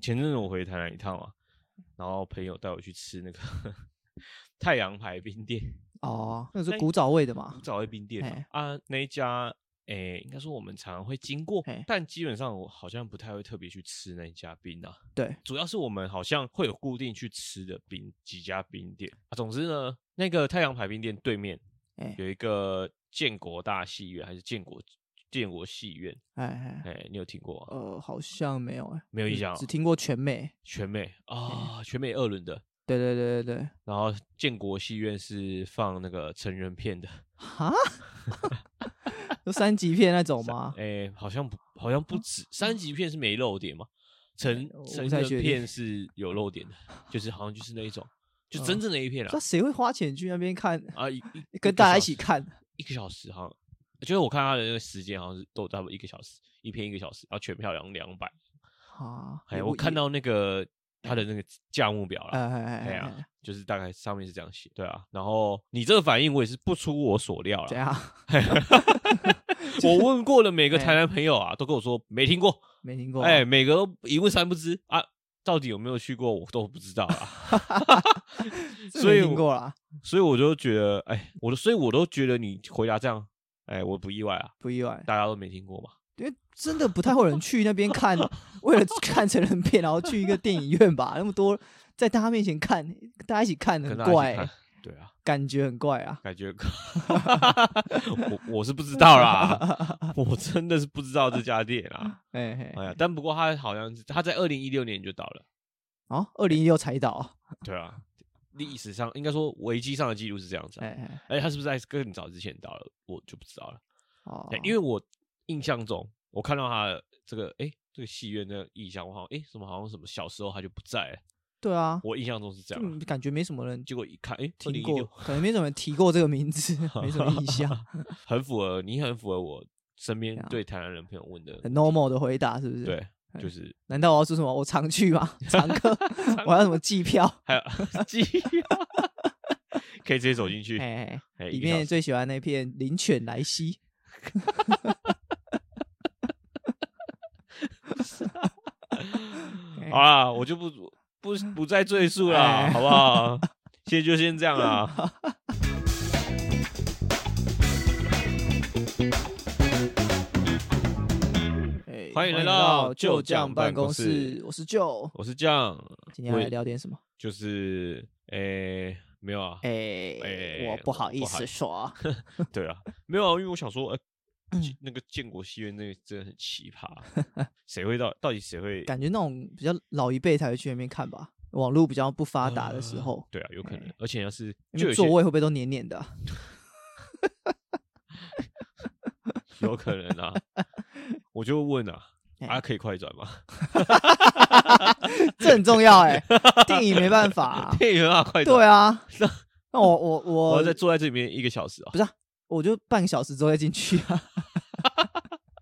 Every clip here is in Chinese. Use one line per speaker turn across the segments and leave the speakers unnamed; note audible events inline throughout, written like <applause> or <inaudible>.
前阵子我回台南一趟嘛，然后朋友带我去吃那个 <laughs> 太阳牌冰店，
哦，那个
那嗯
是古早味的
古
嘛？
早味冰店嘛
嘿
啊，那一家诶、应该说我们常常会经过
嘿，
但基本上我好像不太会特别去吃那一家冰啊。
对，
主要是我们好像会有固定去吃的冰几家冰店、啊。总之呢，那个太阳牌冰店对面
哎
有一个建国大戏院，还是建国建国戏院？
哎哎，
哎、你有听过吗？
呃，好像没有哎，
没有印
只
象哦
只听过全美。
全美啊，全美二轮的。
对对对对对，
然后建国戏院是放那个成人片的，
哈， <laughs> 就三级片那种
<laughs>
吗？
哎、好像不，好像不止三级片是没漏点嘛，成
啊嗯我不
成
太
人
确定
片是有漏
<laughs>
点的，就是好像就是那一种，就真正的 A 片啦
那。谁会花钱去那边看？
啊，一一
嗯跟大家一起看，
<laughs> 一个小时，好像就是我看他的那个时间好像是都差不多一个小时，一篇一个小时，然后全票好像两百。
啊？
哎，
也
我
不
看
也，
到那个他的那个价目表
哎
了，
哎哎
哎
哎
呀、
哎，
就是大概上面是这样写，对啊。然后你这个反应我也是不出我所料
怎
了，
样？ <laughs>
我问过的每个
哎
台南朋友啊，都跟我说没听过，
没听过？
哎，，每个都一问三不知啊，到底有没有去过我都不知道
<laughs>
啊，所以
听
我
过啦，
所以我就觉得，哎，我都所以我都觉得你回答这样，哎，我不意外啊，
不意外，
大家都没听过嘛，
因为真的不太会有人去那边看，为了看成人片，然后去一个电影院吧，那么多在大家面前看，大家一起看很
跟大家
怪
一起
欸
看，，对啊，
感觉很怪啊。
感
<laughs>
觉我我是不知道啦，
<laughs>
我真的是不知道这家店啊，
哎嘿，
哎呀，但不过他好像是他在二零一六年就倒了，
哦，二零一六才倒，
对啊，历史上应该说维基上的记录是这样子、啊
哎，哎，
哎，他是不是在更早之前倒了，我就不知道了。
哦
欸，因为我印象中，我看到他的这个，哎、这个戏院的印象，我好像，哎、什么好像什么小时候他就不在了，
对啊，
我印象中是这样啊。
就感觉没什么人
结果一看，哎、欸，
听过
2016，
可能没怎么提过这个名字，没什么印
<laughs>
象，
很符合，你很符合我身边
对啊
对台南人朋友问的，
很 normal 的回答是不是？
对，
哎
就是
难道我要说什么？我常去吗？
<laughs>
常客，我要什么机票？
还有鸡，可以直接走进去，
哎，
哎
里
一个小
面
时
最喜欢那片《灵犬莱西》。
好啦，我就不不不再赘述啦，
嗯哎
好不
<laughs>
好？现在就先这样啦。
哎
欢迎来到旧
旧
将
将
办
办
公
公
室
室，我是旧。
我是这样，
今天要
我
来聊点什么？
就是，诶、没有啊，
哎、
哎
我
我
不好意
不好
思
意
说。
对啊，没有啊，因为我想说，呃，
嗯
建那个建国戏院那个真的很奇葩，谁会到到底谁会
感觉那种比较老一辈才会去那边看吧，网络比较不发达的时
呃
候，
对啊，有可
哎
能，而且要是
因
就
为
有
座
些
位会不会都黏黏的啊、
有可能
<laughs>
啊，我就问啊，啊
哎
可以快转吗？ <laughs>
<laughs> 这很重要哎、电影没办法
<laughs>
啊、
电影啊，快转，
对啊
那， <laughs>
那我我我
我要再坐在这里面一个小时啊
不，是啊，我就半个小时之后再进去啊。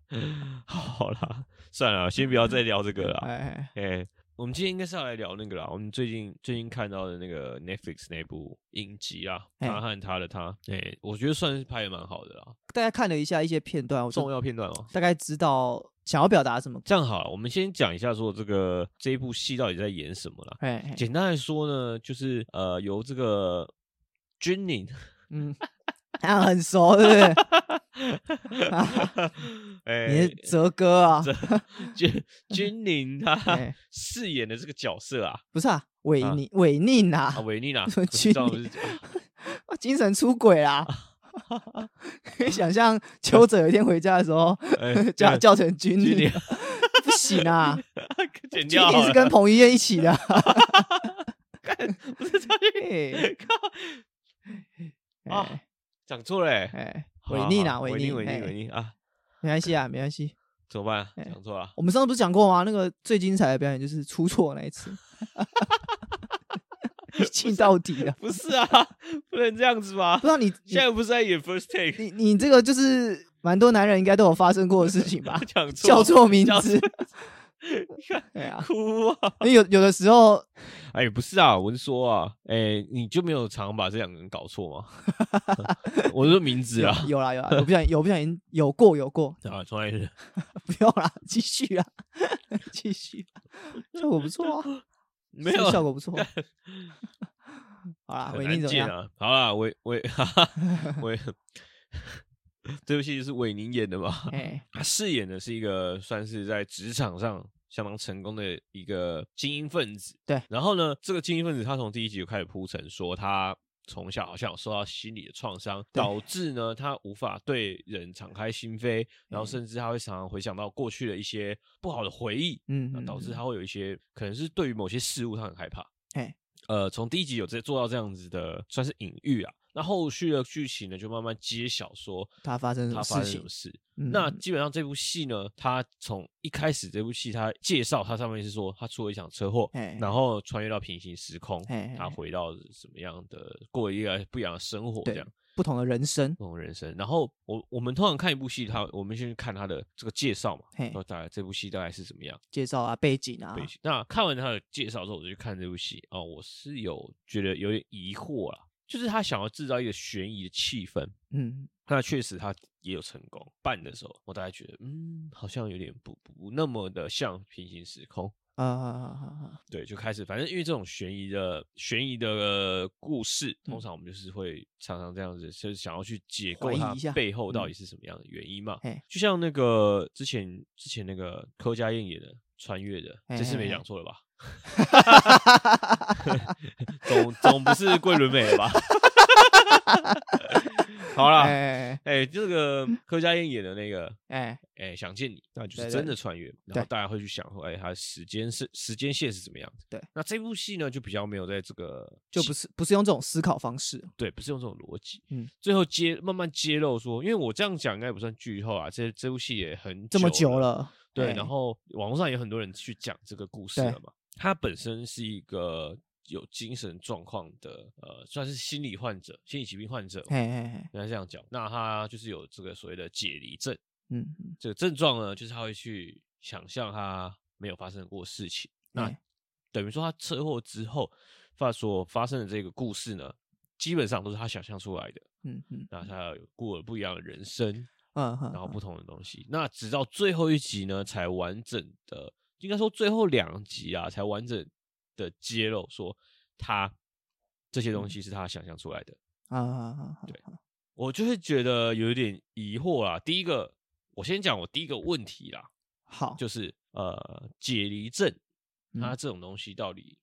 <laughs> 好啦，算了，先不要再聊这个了，
<laughs> 哎，
哎、我们今天应该是要来聊那个啦，我们最近最近看到的那个 Netflix 那部影集啊，《
哎
他和他的他》哎、我觉得算是拍的蛮好的啦，
大家看了一下一些片段，我
重
就
要片段哦。
大概知道想要表达什么。
这样好了，我们先讲一下说这个这一部戏到底在演什么啦。
哎，哎
简单来说呢，就是呃由这个君
<laughs>
宁，
嗯，啊，很熟，对
<laughs>
不对？你
哎
是，泽哥啊？ <laughs>
君君宁他
哎，
<laughs> 饰演的这个角色啊，
不是啊，违
啊
逆违逆啊
啊，维尼娜，
什么
我知道
君
是
啊精神出轨
<laughs>
啦！可以想象邱者有一天回家的时
<laughs>
候， <laughs>
哎
叫叫成君
君
女
宁，，
<laughs> 不行啊！
剪
君
掉好
女
了
是跟彭于晏一起的，
不是张君
<laughs> 嘿
<laughs> 啊
哎
<laughs> 讲错了欸，
哎，
好
违
好
逆
好
啦，
维
逆，
维
哎
尼维尼啊，
没关系啊，没关系。
怎么办？啊
哎
讲错了，
我们上次不是讲过吗？那个最精彩的表演就是出错那一次， <laughs> 一镜到底的。
不是啊， <laughs> 不能这样子吧
不？知道你
现在不是在演 first take，
你
<laughs>？
你这个就是蛮多男人应该都有发生过的事情吧
讲错，
叫错名
叫
字，
你 <laughs> 看
对 <laughs> 啊，
哭啊！
因为有有的时候
哎，不是啊，我是说啊，哎，你就没有常把这两个人搞错
<laughs>
吗？我是说名字
有
啊，
有啦有啦，
<laughs>
有不小心有不小心有过有过，
啊，重来一次。
不要啦，继续啊，继续啊，效果不错啊，
<laughs> 没
是
有
效果不
<laughs>
错。好啦，
很
维尼
难
怎么
见
样？
啊！好啦，
<laughs>
维 <laughs> 维哈哈 <laughs> 维，这部戏是韦宁演的嘛？
哎，
他饰演的是一个算是在职场上相当成功的一个精英分子。
对
然后呢，这个精英分子他从第一集就开始铺陈，说他从小好像有受到心理的创伤，
对
导致呢他无法对人敞开心扉，然后
嗯
甚至他会常常回想到过去的一些不好的回忆，
嗯，
那
嗯
导致
嗯
他会有一些可能是对于某些事物他很害怕。
嘿，
呃，从第一集有这做到这样子的，算是隐喻啊。那后续的剧情呢，就慢慢揭晓说
他发生什
他
么
发生
事
什
情
么？事。
嗯
那基本上这部戏呢，它从一开始这部戏，它介绍它上面是说他出了一场车祸
嘿，
<laughs> 然后穿越到平行时空
嘿嘿，
他回到什么样的过一个不一样的生活，这
对
样。
不同的人生，
这种人生。然后我我们通常看一部戏，它我们先去看它的这个介绍嘛
嘿，
说大概这部戏大概是怎么样
介绍啊，背景啊
哦背，景。那看完它的介绍之后，我就去看这部戏哦，我是有觉得有点疑惑啦，就是他想要制造一个悬疑的气氛。
嗯，
那确实他也有成功，办的时候我大概觉得，嗯，好像有点不不那么的像平行时空。
啊，
对，就开始，反正因为这种悬疑的悬疑的、呃故事，
嗯
通常我们就是会常常这样子，就是想要去解
怀
构
疑
它
一下
背后到
嗯
底是什么样的原因嘛。
嘿
就像那个之前之前那个柯佳燕演的《穿越》的，
嘿
这
嘿
次没
嘿
讲错了吧？ <laughs> 总总不是桂纶镁了吧？ <laughs> 好啦，哎、
哎
这个柯佳燕演的那个
哎，
哎、想见你，那就
对
是
对
真的穿越。然
对
后大家会去想说，哎、它时间是时间线是怎么样子？
对，
那这部戏呢，就比较没有在这个
就不是不是用这种思考方式，
对，不是用这种逻辑。
嗯，
最后揭慢慢揭露说，因为我这样讲应该也不算剧透啊，这这部戏也很
这么久
久了。
了，
对，
哎
然后网络上也很多人去讲这个故事
对
了嘛。他本身是一个有精神状况的，呃，算是心理患者、心理疾病患者，
哎哎哎，
应该这样讲。那他就是有这个所谓的解离症，
嗯，嗯
这个症状呢，就是他会去想象他没有发生过的事情。那
哎
等于说他车祸之后发所发生的这个故事呢，基本上都是他想象出来的。
嗯嗯
那他有过了不一样的人生，
嗯，
然后
嗯
不同的东西。那直到最后一集呢，才完整的，应该说最后两集啊，才完整的揭露说他这些东西是他想象出来的。
啊啊啊，
对我就会觉得有一点疑惑啦。第一个，我先讲我第一个问题啦，
好，
就是呃，解离症，
嗯
它这种东西到底，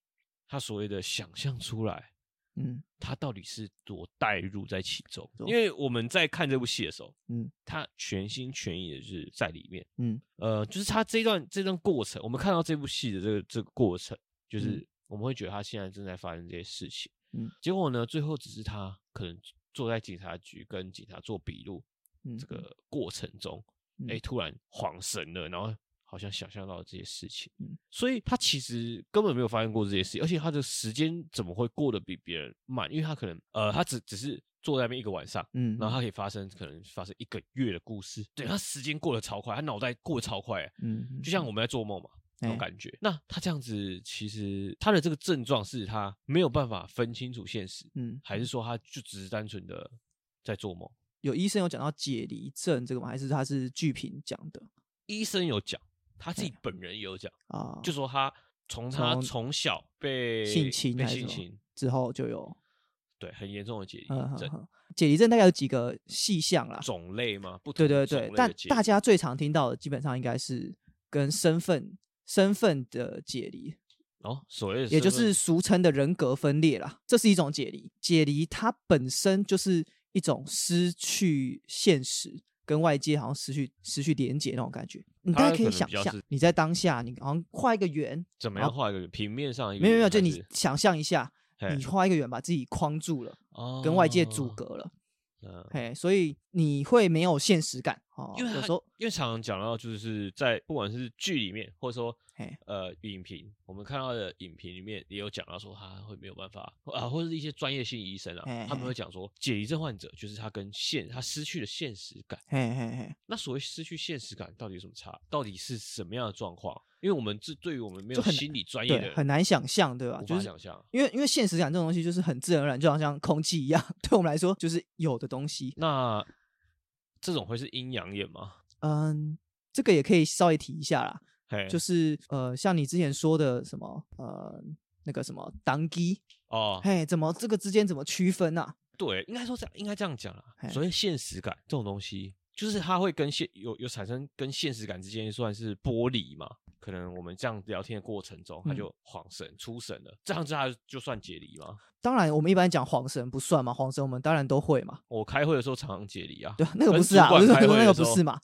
它所谓的想象出来，
嗯
他到底是多带入在其中？
对
因为我们在看这部戏的时候，
嗯
他全心全意的就是在里面，
嗯
呃，就是他这段这段过程，我们看到这部戏的这个这个过程，就是
嗯
我们会觉得他现在正在发生这些事情，
嗯，
结果呢，最后只是他可能坐在警察局跟警察做笔录
嗯，
这个过程中，
嗯
哎、突然恍神了，然后好像想象到了这些事情，
嗯
所以他其实根本没有发生过这些事情，而且他的时间怎么会过得比别人慢？因为他可能呃，他只只是坐在那边一个晚上，
嗯，
然后他可以发生可能发生一个月的故事，对他时间过得超快，他脑袋过得超快、欸
嗯，
就像
我
我们在做梦嘛。那种
哎
感觉，那他这样子，其实他的这个症状是他没有办法分清楚现实，
嗯
还是说他就只是单纯的在做梦？
有医生有讲到解离症这个吗？还是他是剧评讲的
医生有讲，他自己本人也有讲，
啊？
就说他从他
从
从小被
性侵
被
还是
性
什么
侵，
之后就有，
对，很严重的解离
嗯哼
症
哼，解离症大概有几个细项啦？
种类吗？不同
对对
种
对
类，
但
的解
大
离
家最常听到的基本上应该是跟身份身份的解离，
哦，所谓的
也就
身份
是俗称的人格分裂啦。这是一种解离，解离它本身就是一种失去现实。跟外界好像失去失去连接那种感觉，你大
它
概可
可
以
能
想
比较
象
是，
你在当下，你好像画一个圆，
怎么
然
样
后
画一个平面上一个
没有没有，
圆
就
还
你
是
想象一下，
嘿哦
你画一个圆把自己框住了，跟外界阻隔了，
哦嗯
嘿，所以你会没有现实感，哦，
因为
有
他
时候
因为常常讲到，就是在不管是剧里面，或者说
嘿
呃影评，我们看到的影评里面也有讲到说他会没有办法啊，或者是一些专业性医生
嘿
啊，他们
嘿
会讲说解离症患者就是他跟现他失去了现实感。
嘿嘿嘿，
那所谓失去现实感到底有什么差？到底是什么样的状况？因为我们这对于我们没有
就很难
心理专业的
对，
人
很难想象，对吧？
无
就
法
是
想象。
因为因为现实感这种东西就是很自然而然，就好像空气一样， <laughs> 对我们来说就是有的东西。
那这种会是阴阳眼吗？
嗯，这个也可以稍微提一下啦，
嘿，
就是呃，像你之前说的什么呃那个什么当机，
哦，
嘿，怎么这个之间怎么区分啊？
对，应该说这样，应该这样讲啦
嘿。
所谓现实感这种东西，就是它会跟现有有产生跟现实感之间算是剥离嘛。可能我们这样聊天的过程中，他
嗯
就恍神、出神了，这样子他就算解离吗？
当然，我们一般讲黄神不算嘛，黄神我们当然都会嘛，
我开会的时候常常解离啊， <laughs>
对吧？那个
跟
不是
主
啊，我
管
是
开
说
会
那
的
个
时
不
候
是嘛，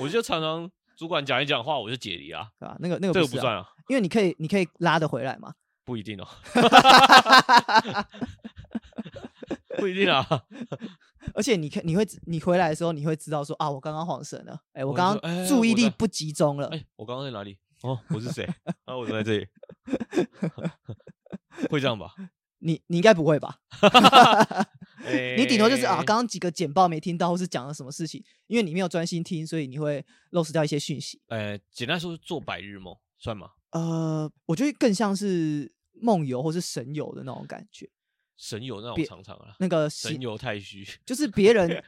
我就常常主管讲一讲话，我就解离啊，
对吧？那个那个
这个
不
不
是啊
算
<laughs>
啊，
因为你可以你可以拉得回来嘛，
不一定
<laughs>
哦，不一定啊。
而且你看你会你回来的时候你会知道说啊，我刚刚晃神了，哎、我
我
刚
就说
刚
哎
注意
我
力
在
不集中了，
哎，我刚刚在哪里？哦，我是
<laughs>
谁？啊，我在这里， <laughs> 会这样吧？
你你应该不会吧？你顶多就是啊，
哎
刚刚几个简报没听到，或是讲了什么事情，因为你没有专心听，所以你会 lose 掉一些讯息。
呃，简单说，做白日梦算吗？
呃，我觉得更像是梦游或是神游的那种感觉，
神游那
别
种常常啊，
那个
神
行
游太虚，
就是
<laughs>
别人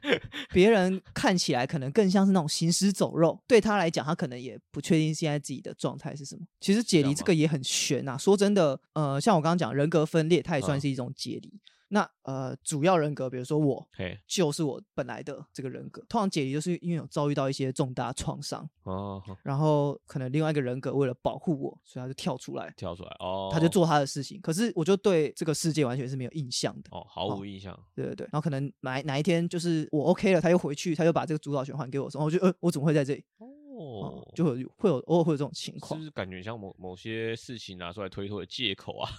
别人看起来可能更像是那种行尸走肉，对他来讲，他可能也不确定现在自己的状态是什么。其实解
这
离
样
这
吗
个也很悬啊，说真的，呃，像我刚刚讲人格分裂，它也算
嗯
是一种解离。那呃，主要人格，比如说我，
嘿，
就是我本来的这个人格。通常解离就是因为有遭遇到一些重大创伤，
哦，好
然后可能另外一个人格为了保护我，所以他就跳出来，
跳出来哦，
他就做他的事情。可是我就对这个世界完全是没有印象的，
哦，毫无印象，
对对对。然后可能哪哪一天就是我 OK 了，他又回去，他又把这个主导权还给我的时候，我就呃我怎么会在这里？哦
哦，
就会有会有偶尔会有这种情
是
况
不。是感觉像某某些事情拿出来推脱的借口啊？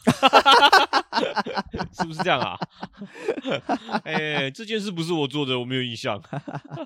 <laughs> 是不是这样啊？哎，这件事不是我做的，我没有印象。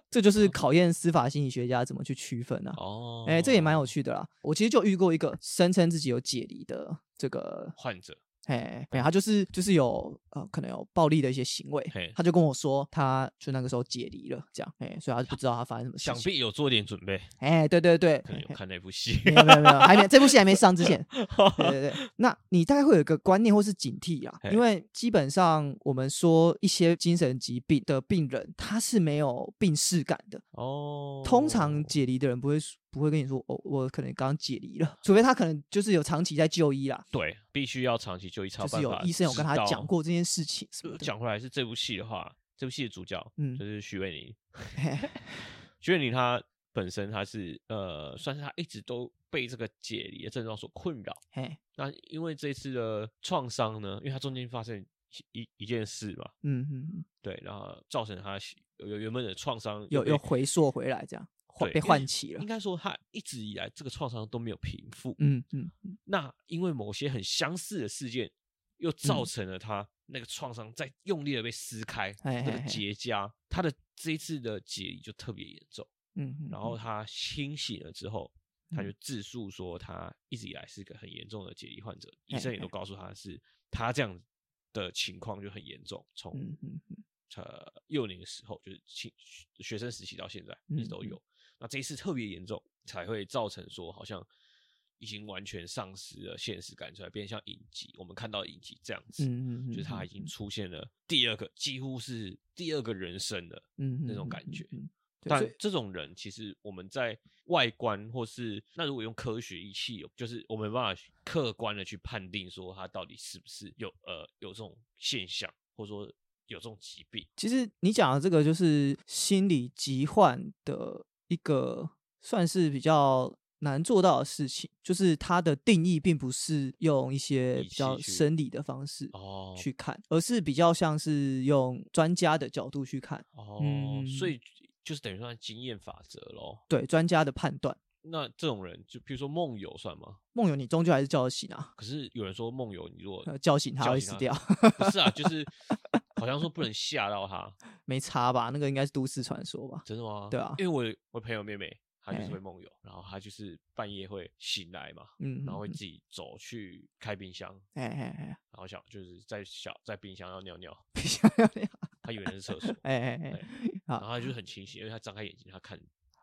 这就是考验司法心理学家怎么去区分啊。
嗯哦，
哎，这也蛮有趣的啦。我其实就遇过一个声称自己有解离的这个
患者，
哎，没有，他就是就是有呃，可能有暴力的一些行为
嘿，
他就跟我说，他就那个时候解离了，这样，哎，所以他就不知道他发生什么事
想
情。
必有做点准备，
哎，对对对，
可能有
嘿
看那部戏。
没有没有没有，还没这部戏还没上之前，对对对。
<laughs>
那你大概会有一个观念或是警惕啊，
嘿
因为基本上我们说一些精神疾病的病人，他是没有病逝感的。
哦，
通常解离的人不会说不会跟你说，哦，我可能刚解离了，除非他可能就是有长期在就医啦，
对，必须要长期就医，才
就是
办
有
法
医生有
知
跟他
道呃
讲过这件事情什么的。
讲回来是这部戏的话，这部戏的主角，
嗯
就是徐伟宁。
嘿
<laughs> 徐伟宁他本身他是呃，算是他一直都被这个解离的症状所困扰。
嘿，
那因为这次的创伤呢，因为他中间发生一一一件事嘛，
嗯嗯嗯。
对，然后造成他有原本的创伤
有
被
有回溯回来，这样唤
对
被
因为
唤起了
应。该说他一直以来这个创伤都没有平复。
嗯嗯嗯
那因为某些很相似的事件，又造
嗯
成了他那个创伤在用力的被撕开，
嘿
那
嘿
个
嘿
结痂，他的这一次的解离就特别严重。
嗯嗯，
然后他清醒了之后，他就
嗯
自述说他一直以来是个很严重的解离患者，医
嘿
生也都
嘿
告诉他是他这样的情况就很严重，从
嗯嗯嗯
呃幼年的时候就是青学生时期到现在一直都
嗯嗯
有。那这一次特别严重，才会造成说好像已经完全丧失了现实感，出来变像影集，我们看到影集这样子，
嗯嗯，
就是他已经出现了第二个，几乎是第二个人生了。
嗯
那种
嗯
感
嗯
觉
嗯对所
但
以
这种人，其实我们在外观或是那如果用科学仪器，有就是我们没办法客观的去判定说他到底是不是有呃有这种现象，或者说有这种疾病。
其实你讲的这个就是心理疾患的一个算是比较难做到的事情，就是它的定义并不是用一些
仪
比较
器去
生理的方式
哦
去看，而是比较像是用专家的角度去看，
哦，
嗯
所以就是等于说经验法则咯。
对专家的判断。
那这种人，就比如说梦游算吗？
梦游你终究还是叫得醒啊， <laughs>
可是有人说梦游，你如果
呃叫醒他
叫
会
醒
死
他
掉。
不是啊，就是好像说不能吓到他，
<laughs> 没差吧？那个应该是都市传说吧？
真的吗？
对啊
因为我有我朋友妹妹，她就是
哎
会梦游，然后她就是半夜会醒来嘛，
嗯，
然后会
嗯
自己走去开冰箱，
哎哎哎 <laughs>
然后想就是在小在冰箱要尿尿，
冰箱要亮，
她以为那是厕所
<laughs> 哎哎哎
哎，然后
好，
她就很清醒，因为她张开眼睛，她看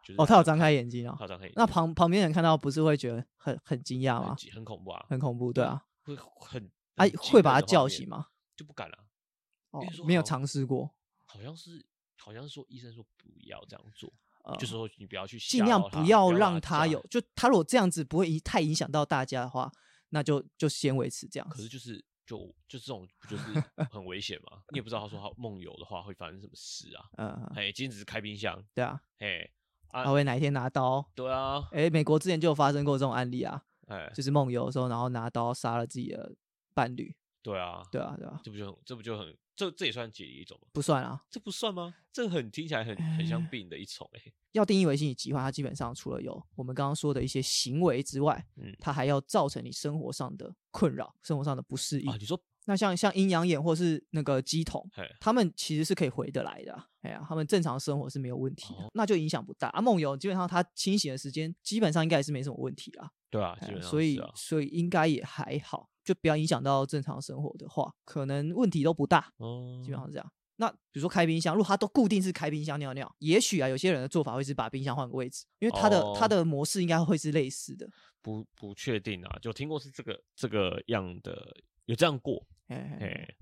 就是
哦，他有张开眼睛
她
哦，
有张开眼睛，
那旁旁边人看到不是会觉得很很惊讶
很
吗？
急很恐怖啊，
很恐怖，对啊，
会很
啊
很惊
会
人
把他
的画
叫
面
醒吗？
就不敢了、
哦
因为，说
没有
好
尝试过，
好像是好像是说医生说不要这样做，
呃
就说你不要去吓
尽量
到他
不要让
他
他
吓
有，就他如果这样子不会影太影响到大家的话，那就就先维持这样
可是
子。
就是
<laughs>
就就这种不就是很危险嘛？你也不知道他说他梦游的话会发生什么事啊？
嗯，
哎，今天只是开冰箱，
对啊，
哎，
他会哪一天拿刀？
对啊，
哎，美国之前就有发生过这种案例啊，
哎，
就是梦游的时候，然后拿刀杀了自己的伴侣。
对啊，
对啊，对啊，
这不就很这不就很这这也算解离一种吗？
不算啊，
这不算吗？这很听起来很很像病的一种哎、
要定义为心理疾患，它基本上除了有我们刚刚说的一些行为之外，
嗯
它还要造成你生活上的困扰、生活上的不适应。
啊，你说
那像像阴阳眼或是那个鸡桶，
嘿
他们其实是可以回得来的啊、哎呀，他们正常生活是没有问题的，
哦
那就影响不大啊。梦游基本上他清醒的时间基本上应该也是没什么问题啊，
对啊，基
哎呀
本上
所以
是啊，
所以应该也还好，就不要影响到正常生活的话，可能问题都不大，
哦，
基本上是这样。那比如说开冰箱，如果他都固定是开冰箱尿尿，也许啊，有些人的做法会是把冰箱换个位置，因为他的、他
哦
的模式应该会是类似的。
不不确定啊，就听过是这个这个样的，有这样过，
哎
哎、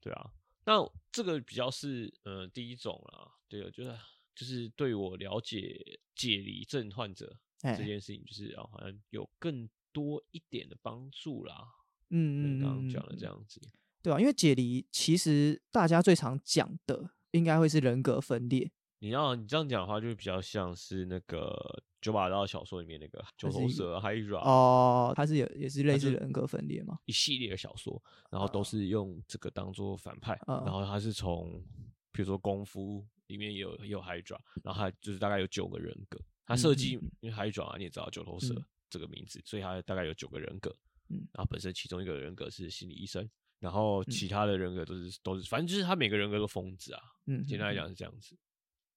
对啊，那这个比较是呃第一种啦，对，我觉得就是对我了解解离症患者
哎
这件事情，就是啊、好像有更多一点的帮助啦。
嗯
嗯，
嗯，
刚刚
嗯
讲的
嗯
这样子，
对啊，因为解离其实大家最常讲的应该会是人格分裂，
你要你这样讲的话，就比较像是那个九把刀小说里面那个九
它是
头
一
蛇 Hydra
哦，它是也也是类
它
似
就
人格分裂嘛？
一系列的小说，然后都是用这个当做反派，
啊嗯
然后他是从比如说功夫里面也有也有海爪，然后他就是大概有九个人格，他设计、
嗯嗯
因为海爪、啊、你也知道九头蛇
嗯
这个名字，所以他大概有九个人格，
嗯
然后本身其中一个人格是心理医生，然后其他的人格都是、都是，反正就是他每个人格都疯子啊，
嗯，
简单来
嗯，
讲是这样子，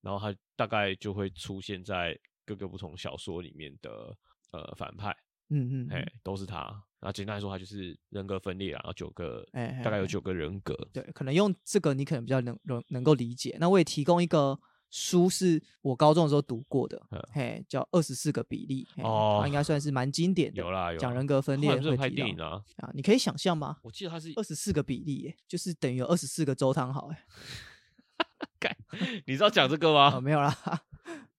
然后他大概就会出现在各个不同小说里面的呃反派。
嗯嗯，
哎
嗯，
都是他。然后简单来说，他就是人格分裂啦，然后九个，
哎
大
哎
概有
哎
九个人格。
对，可能用这个你可能比较能能能够理解。那我也提供一个书，是我高中的时候读过的
嗯，
嘿，叫《二十四个比例》嘿，
哦
它应该算是蛮经典的
有，啦有
讲
啦
人格分裂
后来不是有
会
拍
提
电影
到
啊？
啊，你可以想象吗？
我记得他是 <laughs>
二十四个比例耶，就是等于有二十四个周汤
啊
好，哎，
你知道讲这个
啊，
吗？
没有啦，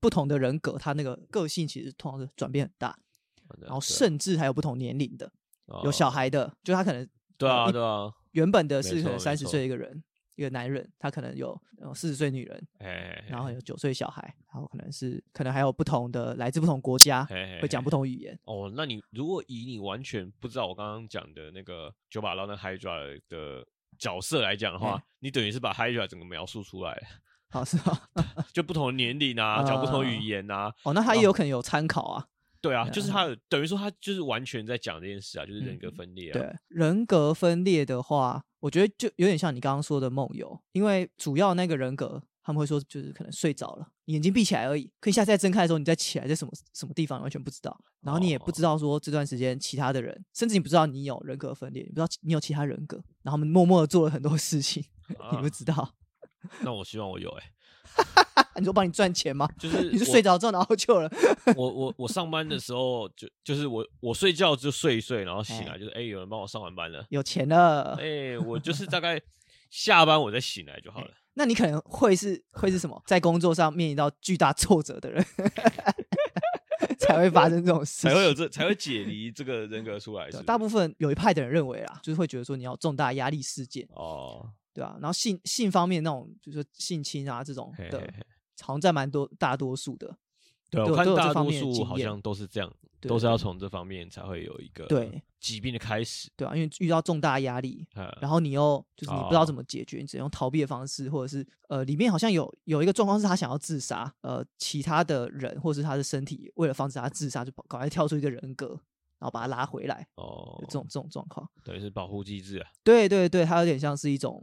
不同的人格，他那个个性其实通常是转变很大，啊然后甚至还有不同年龄的，有小
孩，
孩的，就他可能
对
呃
啊
一
对啊，
原本的
没
是可能
错没
三十
错
岁一个人，一个男人，他可能有呃四十岁女人，
哎，
然后有九岁小孩，然后可能是可能还有不同的来自不同国家，会
会
讲不同语言。
哦，那你如果以你完全不知道我刚刚讲的那个九把刀那 Hydra 的角色来讲的话
哎，
你等于是把 Hydra 整个描述出
<laughs>
来，
好是吧？
就不同的年龄啊，讲不同
呃
语言啊，
哦，那他也有可能有参考啊。
对啊，就是他有等于说他就是完全在讲这件事啊，就是人格
嗯
分裂啊，
对，人格分裂的话，我觉得就有点像你刚刚说的梦游，因为主要那个人格他们会说就是可能睡着了，你眼睛闭起来而已，可以下次再睁开的时候你再起来在什么什么地方你完全不知道，然后你也不
哦
知道说这段时间其他的人，甚至你不知道你有人格分裂，你不知道你有其他人格，然后他们默默的做了很多事情， <laughs> 你
啊
不知道， <laughs>
那我希望我有哎，
你说帮你赚钱吗？
就是
你是
我
睡着之后然后就了， <laughs>
我我我上班的时候就就是我我睡觉就睡一睡，然后醒
哎
来就是哎、有人帮我上完班
<laughs>
了，
有钱了，
哎、我就是大概下班我再醒来就好了。 <laughs>
那你可能会是会是什么，在工作上面临到巨大挫折的人， <laughs> 才会发生这种事情，
才会有这
<laughs>
才会解离这个人格出来
对
是
啊
不是，
大部分有一派的人认为啦，就是会觉得说你要有重大压力事件，
哦，
对啊，然后性性方面那种，比如说性侵啊这种
嘿
的，
嘿嘿
好像占蛮多大多数的。
对啊，
都
我
有
看
都有这
大
方
多
面的
数
经
好
验
像都是这样，
对
都是
对
要
对
从这方面才会有一个
对
疾病的开始，
对啊，因为遇到重大压力，
嗯，
然后你又就是你不知道
哦
怎么解决，你只能用逃避的方式，或者是呃，里面好像有有一个状况是他想要自杀，呃，其他的人或是他的身体为了防止他自杀，就跑赶快跳出一个人格，然后把他拉回来，
哦
有这，种这种状况。
等于是保护机制啊，
对对对，它有点像是一种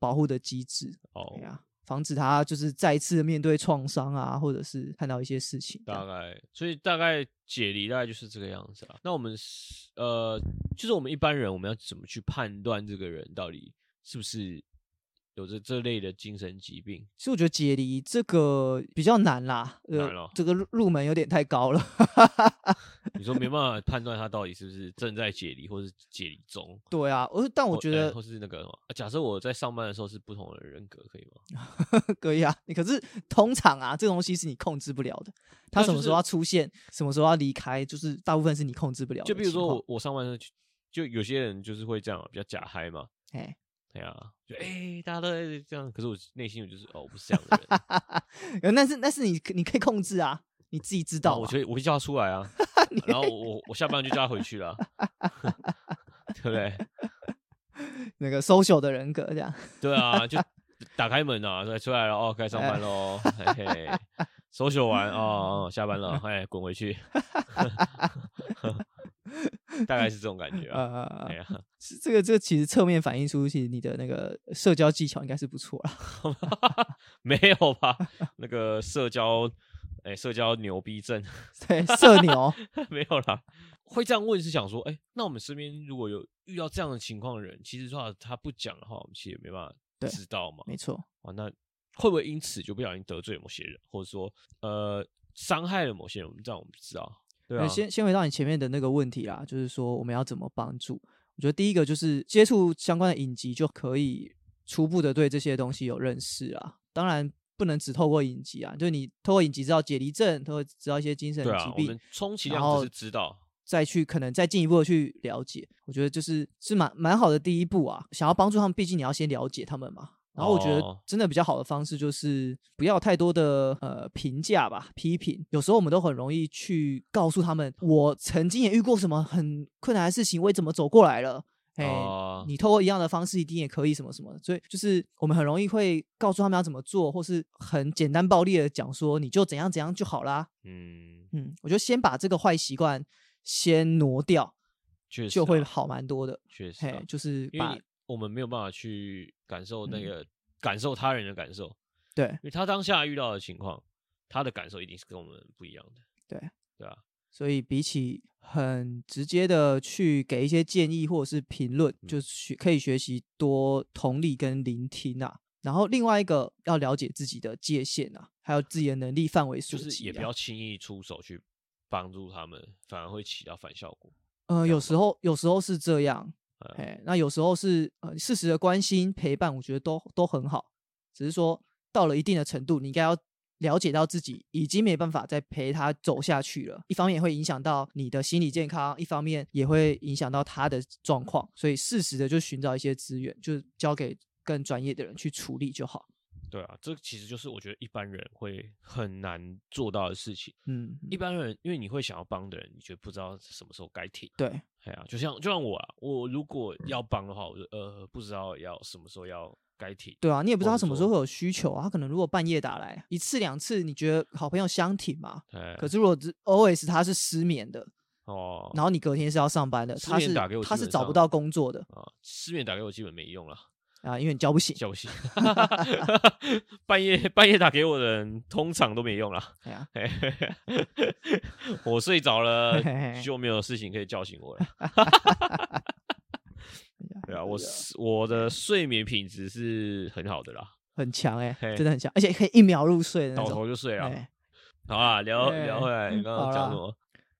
保护的机制，
哦
对，啊，防止他就是再一次面对创伤啊，或者是看到一些事情这
大
样。
概，所以大概解离大概就是这个样子啊。那我们是呃，就是我们一般人，我们要怎么去判断这个人到底是不是有着这类的精神疾病？
其实我觉得解离这个比较难啦，呃，
难哦
这个入入门有点太高了。 <laughs>
你说没办法判断他到底是不是正在解离，或是解离中。
对啊，我但我
或
觉
哎
得
或是那个什么，假设我在上班的时候是不同的人格，可以吗？
可以啊，你可是通常啊，这个东西是你控制不了的。他
那
什
就
么时候
是
要出现，什么时候要离开，就是大部分是你控制不了的
就
情
比
况。
如说我，我上班的时候就，就有些人就是会这样，啊比较假嗨嘛，
哎，
对啊，就哎、大家都在这样，可是我内心我就是哦，我不是这样的人，
呃那是那是你你可以控制啊，你自己知
然
道
哦后我
嘛。
就我就叫他出来啊，然后我我下班就叫他回去了， <laughs> 对不对？
那个 social 的人格这样，
对啊，就打开门啊，对，出来了哦，该上班喽，嘿嘿，搜索完哦，哦下班了，哎，滚回去，大概是这种感觉啊，
呃 <laughs>
哎，呀。
是这个这个其实侧面反映出，其实你的那个社交技巧应该是不错啦。 <laughs>
<laughs> 没有吧？那个社交，哎、社交牛逼症
对，社牛，
<laughs> 没有啦。会这样问是想说，哎、那我们身边如果有遇到这样的情况的人，其实说他不讲的话，我们其实也没办法
对
知道嘛。
没错，
啊，那会不会因此就不小心得罪了某些人，或者说呃伤害了某些人？我们这样我们不知道。对
那
啊，
先先回到你前面的那个问题啦，就是说我们要怎么帮助？我觉得第一个就是接触相关的影集就可以初步的对这些东西有认识啊。当然不能只透过影集啊，就是你透过影集知道解离症，透过知道一些精神
对啊
疾，
我
病，
们充其
然
量只
后
是知道，
再去可能再进一步的去了解，我觉得就是是蛮蛮好的第一步啊。想要帮助他们，毕竟你要先了解他们嘛。然后我觉
哦
得真的比较好的方式就是不要太多的呃评价吧，批评。有时候我们都很容易去告诉他们，我曾经也遇过什么很困难的事情，我也怎么走过来了。哎、
哦
你透过一样的方式，一定也可以什么什么的。所以就是我们很容易会告诉他们要怎么做，或是很简单暴力的讲说，你就怎样怎样就好啦。
嗯，
嗯，我觉得先把这个坏习惯先挪掉，
确实、啊、
就会好蛮多的。
确实、啊
嘿，，就是
因为
把
你我们没有办法去感受那
嗯
个、感受他人的感受，
对
因为他当下遇到的情况，他的感受一定是跟我们不一样的，
对，
对啊，
所以比起很直接的去给一些建议或者是评论，
嗯
就学可以学习多同理跟聆听啊。然后另外一个要了解自己的界限啊，还有自己的能力范围
就
所及啊、
是也不要轻易出手去帮助他们，反而会起到反效果。
呃，有时候有时候是这样，
嗯
哎，那有时候是呃适时的关心陪伴，我觉得都都很好。只是说到了一定的程度，你应该要了解到自己已经没办法再陪他走下去了。一方面也会影响到你的心理健康，一方面也会影响到他的状况，所以适时的就寻找一些资源，就交给更专业的人去处理就好。
对啊，这其实就是我觉得一般人会很难做到的事情。
嗯，
一般人因为你会想要帮的人，你觉得不知道什么时候该停。
对，
哎呀、就像就像我啊，我如果要帮的话，我就呃不知道要什么时候要该停。
对啊，你也不知道
或
他
者
什么时候
哦说
会有需求啊。他可能如果半夜打来一次两次，你觉得好朋友相挺嘛？
哎，
可是如果只 always 他是失眠的，
哦，
然后你隔天是要上班的，
失
他
眠
是
打给我
他
基
是
本
找不
上
到工作的
啊，失眠打给我基本没用了。
啊，因为你交不醒。
叫不醒， <laughs> 半夜半夜打给我的人通常都没用啦。
哎呀，
嘿嘿嘿 <laughs> 我睡着了
嘿嘿嘿
就没有事情可以叫醒我
<laughs>
了。对啊，我
是
是我的睡眠品质是很好的啦，
很强哎、
嘿
真的很强，而且可以一秒入睡的那
倒
种。
头就睡了。
哎，
好啊，聊
哎
聊回来，你刚刚
好
讲
啦
什么？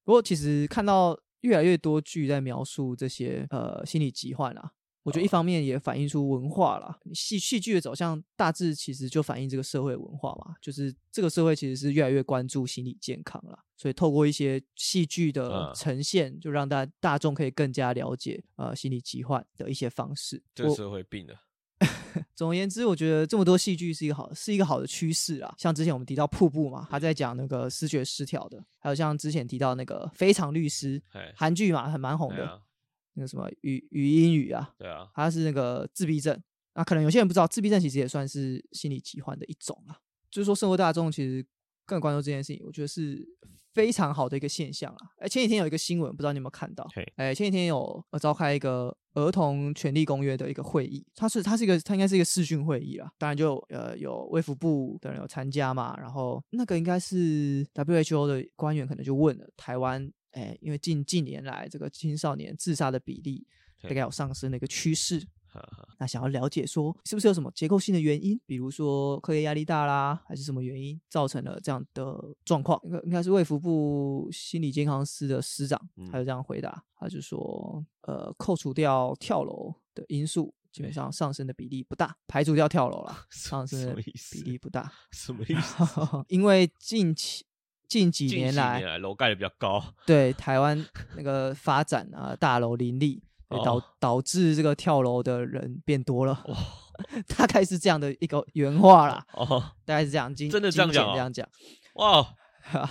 不过其实看到越来越多剧在描述这些呃心理疾患啊，我觉得一方面也反映出文化啦，戏戏剧的走向大致其实就反映这个社会文化嘛，就是这个社会其实是越来越关注心理健康啦。所以透过一些戏剧的
嗯
呈现，就让大大众可以更加了解呃心理疾患的一些方式。
这个社会病的，
总而言之，我觉得这么多戏剧是一个好，是一个好的趋势啊。像之前我们提到《瀑布》嘛，他在讲那个视觉失调的，还有像之前提到那个《非常律师》，
哎，
韩剧嘛，很蛮红
对
的，
啊，
那个什么语语音语啊，
对啊， <laughs>
他是那个自闭症。那、可能有些人不知道，自闭症其实也算是心理疾患的一种啦。就是说，社会大众其实更关注这件事情，我觉得是非常好的一个现象啦。哎，前几天有一个新闻，不知道你有没有看到
嘿？
哎，前几天有呃召开一个儿童权利公约的一个会议，它是它是一个它应该是一个视讯会议啦，当然就有呃有卫福部的人有参加嘛，然后那个应该是 WHO 的官员可能就问了台湾，哎，因为近近年来这个青少年自杀的比例大
对
概有上升的一个趋势，
哈哈
那想要了解说是不是有什么结构性的原因，比如说课业压力大啦，还是什么原因造成了这样的状况？应该应该是卫福部心理健康司的司长，
嗯
他就这样回答，他就说，呃，扣除掉跳楼的因素，基本
对
上上升的比例不大，排除掉跳楼
<laughs>
啦，上
什
升的
么意
比
思
例不大，
什么意思？
<laughs> 因为近期近几
近几
年
年
来，
来楼盖的比较高，
对台湾那个发展啊，大楼林立，对导
哦
导致这个跳楼的人变多了， <laughs> 大概是这样的一个原话啦，
哦，
大概是这样，精
真的这
精
样讲哦
简这样讲， <laughs>
哇，哦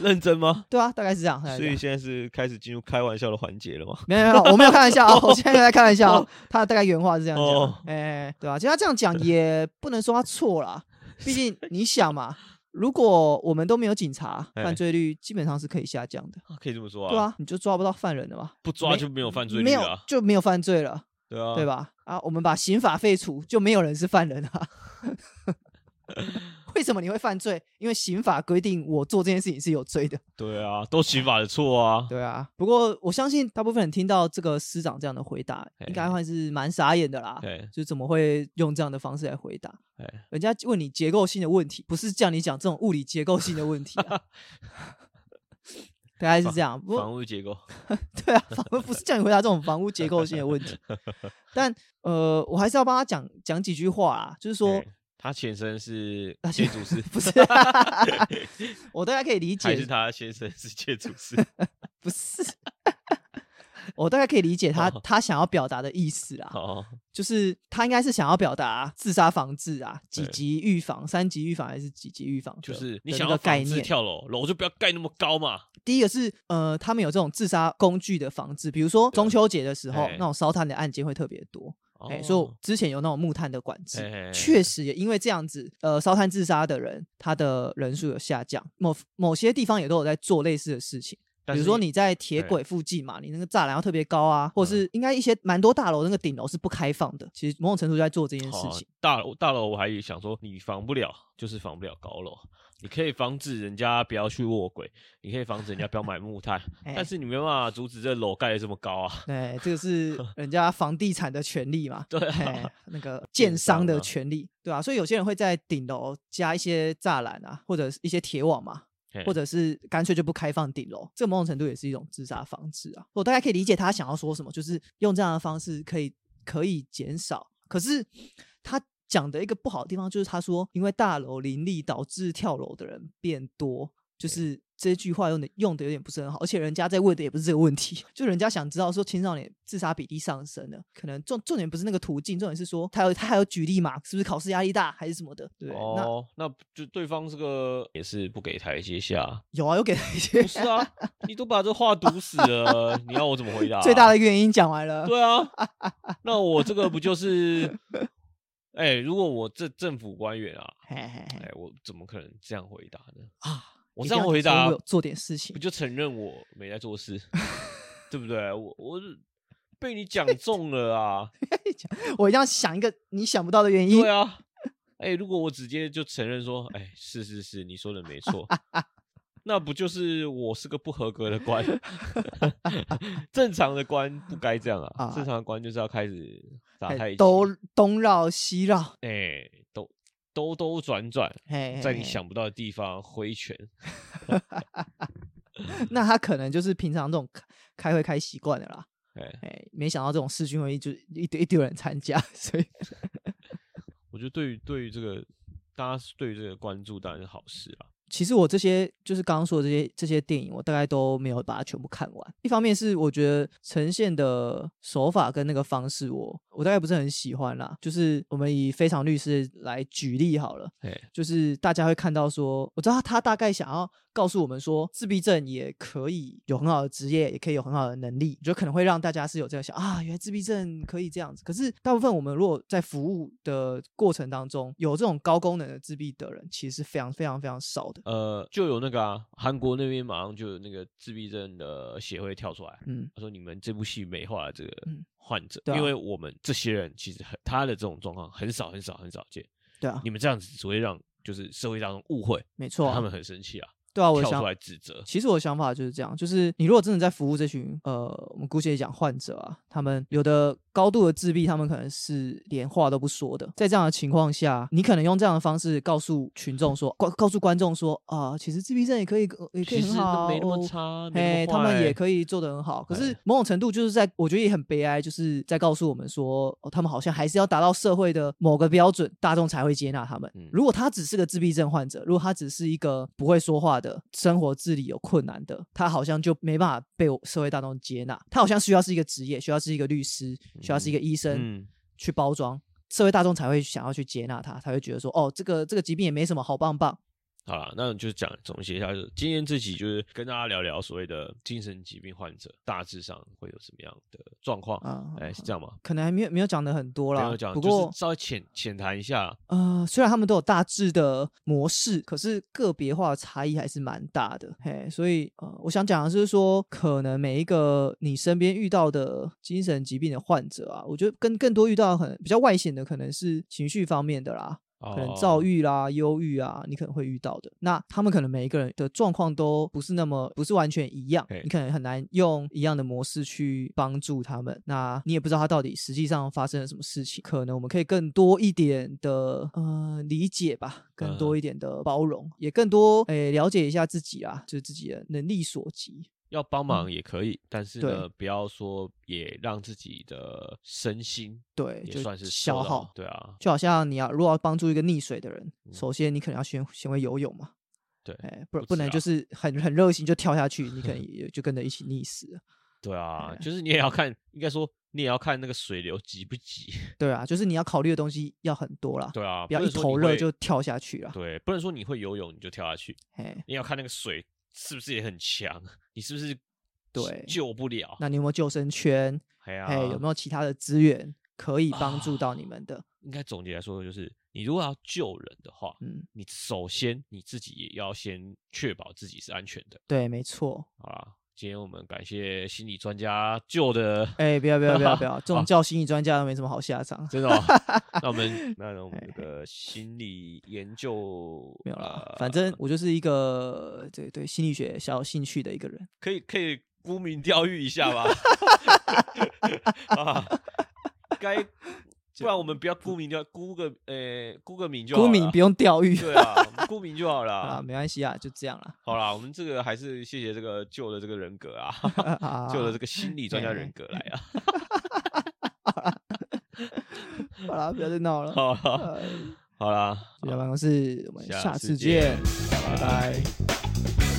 认真吗？
对啊，大概是这样，大概是
所
这
以
样
现在是开始进入开玩笑的环节了吗？ <laughs>
没有没有，我没有开玩笑啊，我现在在开玩笑啊，他大概原话是这样讲
哦
啊，哎、对啊，其实他这
<laughs>
样讲也不能说他错啦，毕竟你想嘛，如果我们都没有警察，
哎
犯罪率基本上是可以下降的，
可以这么说啊，
对啊，你就抓不到犯人了嘛，
不抓就没有犯罪
没
率
有
了啊，
就没有犯罪了。
对啊，
对？吧？啊，我们把刑法废除，就没有人是犯人啊。 <laughs> 为什么你会犯罪？因为刑法规定我做这件事情是有罪的。
<laughs> 对啊，都刑法的错啊，
对啊，不过我相信大部分人听到这个司长这样的回答，应该
嘿
还是蛮傻眼的啦。
对，
就怎么会用这样的方式来回答
哎？
人家问你结构性的问题，不是叫你讲这种物理结构性的问题
<laughs>
啊。 <laughs> 大概是这样，不过
房屋结构，
<laughs> 对啊，房屋不是叫你回答这种房屋结构性的问题，但呃，我还是要帮他讲讲几句话啊，就是说
哎他前身是
他
建
前，
筑师
不是， <laughs> 我大概可以理
还是
解，
他先生是建筑
<laughs>
师？
不是，我大概可以理解他
哦
他想要表达的意思啊， <laughs>
哦，
就是他应该是想要表达自杀防治啊，几
对
级预防、三级预防还是几级预防，
就是你
的
想
那个
要
概
防止
念。
跳楼，楼就不要盖那么高嘛。
第一个是呃，他们有这种自杀工具的防治，比如说中秋节的时候，
哎
那种烧炭的案件会特别多。
哦
哎、所以我之前有那种木炭的管制，
以
确实也因为这样子，呃，烧炭自杀的人他的人数有下降，某某些地方也都有在做类似的事情。比如说你在铁轨附近嘛，你那个栅栏要特别高啊，
嗯
或者是应该一些蛮多大楼那个顶楼是不开放的，其实某种程度就在做这件事
好
情。
哦大楼大楼我还想说你防不了，就是防不了高楼。你可以防止人家不要去卧轨，你可以防止人家不要买木炭，
<laughs> 哎
但是你没办法阻止这楼盖得这么高啊。
对，这个
<laughs>
是人家房地产的权利嘛，
对啊
哎那个
建
建商的
商啊
权利，对吧、所以有些人会在顶楼加一些栅栏啊，或者是一些铁网嘛，
嘿
或者是干脆就不开放顶楼，这某种程度也是一种自杀方式啊。我大概可以理解他想要说什么，就是用这样的方式可以可以减少。可是他讲的一个不好的地方就是他说，因为大楼林立导致跳楼的人变多，就是。这句话用的用的有点不是很好，而且人家在问的也不是这个问题， <laughs> 就人家想知道说青少年自杀比例上升了，可能重重点不是那个途径，重点是说他有他还有举例嘛，是不是考试压力大还是什么的？对，那
哦，那就对方这个也是不给台阶
<laughs>
下，
有啊，有给他一些
不是啊？你都把这话堵死了，你要我怎么回答啊、
最大的原因讲完了。
对
<laughs>
啊，那我这个不就是？哎、如果我这政府官员啊，
嘿嘿
哎、
嘿
我怎么可能这样回答呢？
啊！
我
一
这
定
样
要
回
讲说
答
我有做点事情
不，就承认我没在做
<laughs>
事，对不对？我我是被你讲中了啊，
我一定要想一个你想不到的原因
对。啊，哎、如果我直接就承认说，哎、是是是，你说的没 <laughs> 错，那不就是我是个不合格的官？ <laughs> 正常的官不该这样啊，
啊
正常的官就是要开始打
哎
啊太极，
都东绕西绕，
哎、兜兜兜转转，
嘿，
在
嘿
你，想不到的地方挥拳，
嘿那他可能就是平常这种开开会开习惯了啦。
哎、
哎，没想到这种视讯会议就一堆一堆人参加， <laughs> 所以
我觉得对于对于这个大家对于这个关注当然是好事啦。
其实我这些就是刚刚说的这些这些电影，我大概都没有把它全部看完。一方面是我觉得呈现的手法跟那个方式我，我大概不是很喜欢啦。就是我们以《非常律师》来举例好了，
哎、
就是大家会看到说，我知道他他大概想要告诉我们说，自闭症也可以有很好的职业，也可以有很好的能力，就可能会让大家是有这样想啊，原来自闭症可以这样子。可是大部分我们如果在服务的过程当中，有这种高功能的自闭的人，其实是非常非常非常少的。
呃，就有那个啊，韩国那边马上就有那个自闭症的协会跳出来，
嗯
他说你们这部戏美化了这个
嗯，
患者，
对啊
因为我们这些人其实很他的这种状况很少很少很少见，
对啊
你，们这样子只会让就是社会大众误会，
没错啊，
他们很生气啊，
对啊，我的
跳
想
出来指责，
其实我的想法就是这样，就是你如果真的在服务这群呃，我们姑且讲患者啊，他们有的高度的自闭，他们可能是连话都不说的。在这样的情况下，你可能用这样的方式告诉群众说，告告诉观众说啊、其实自闭症也可以，呃也可
其
以
实
很好啊，
没那么
哦
差，
嘿
没那么
他们也
坏
可以做得很好，可是
哎
某种程度就是在，我觉得也很悲哀，就是在告诉我们说，哦，他们好像还是要达到社会的某个标准，大众才会接纳他们
嗯。
如果他只是个自闭症患者，如果他只是一个不会说话的、生活自理有困难的，他好像就没办法被我社会大众接纳。他好像需要是一个职业，需要是一个律师，需要是一个医生
嗯，
去包装，社会大众才会想要去接纳他，才会觉得说，哦，这个这个疾病也没什么，好棒棒。
好了，那就讲总结一下，就是今天这集就是跟大家聊聊所谓的精神疾病患者大致上会有什么样的状况，
啊
哎、是这样吗？
可能还没有没有讲的很多
没
啦
有，讲，
不
就
过
是稍微浅浅谈一下，
呃，虽然他们都有大致的模式，可是个别化的差异还是蛮大的。嘿，所以呃，我想讲的是说，可能每一个你身边遇到的精神疾病的患者啊，我觉得跟更多遇到很比较外显的，可能是情绪方面的啦，
可
可能躁郁啦、忧郁啊，你可能会遇到的。那他们可能每一个人的状况都不是那么不是完全一样
嘿，
你可能很难用一样的模式去帮助他们。那你也不知道他到底实际上发生了什么事情，可能我们可以更多一点的呃理解吧，更
嗯
多一点的包容，也更多诶了解一下自己啊，就是自己的能力所及。
要帮忙也可以，但是
嗯对
呢，不要说也让自己的身心
对，
也
就
算是受
消
到
耗。
对啊，
就好像你要如果要帮助一个溺水的人，
嗯
首先你可能要先先会游泳嘛，
对
哎，不
不
不
止
能
啊
就是很很热心就跳下去，你
<laughs>
可能也就跟着一起溺死了。
对啊，
哎
就是你也要看，应该说你也要看那个水流急不急， <laughs>
对啊，就是你要考虑的东西要很多啦，
对啊，
不要
能
一
说
头
你
热
会
就啊跳下去啦。
对，不能说你会游泳你就跳下去，
哎，
你要看那个水是不是也很强，你是不是
对
救不了？
那你有没有救生圈？
哎呀，啊
哎，有没有其他的资源可以帮助到你们的？
应该总结来说就是，你如果要救人的话，
嗯，
你首先你自己也要先确保自己是安全的。
对，没错。
好啦，今天我们感谢心理专家救的，
哎，不要不要不要不要，这
好 <laughs>
种叫心理专家都没什么好下场。
真的、
<laughs>
哦。那我
哎
们那我们这个心理研究
没有啦，
呃
反正我就是一个对对心理学小有兴趣的一个人。
可以可以沽名钓誉一下吧。
<laughs>
啊，该不然我们不要沽名钓沽个呃沽个名就好
孤名
了
不用钓鱼
对啊，我们沽名就好
<laughs>
了
啊，
啊。
没关系啊，就这样啦。
好啦，我们这个还是谢谢这个旧的这个人格
<laughs>
啊， <laughs> 旧的这个心理专家人格来啊。
好啦，不要再闹了。
<laughs> 好啦，
呃，
好啦，
居家办公室，我们
下
下
次
次
见
见，拜拜。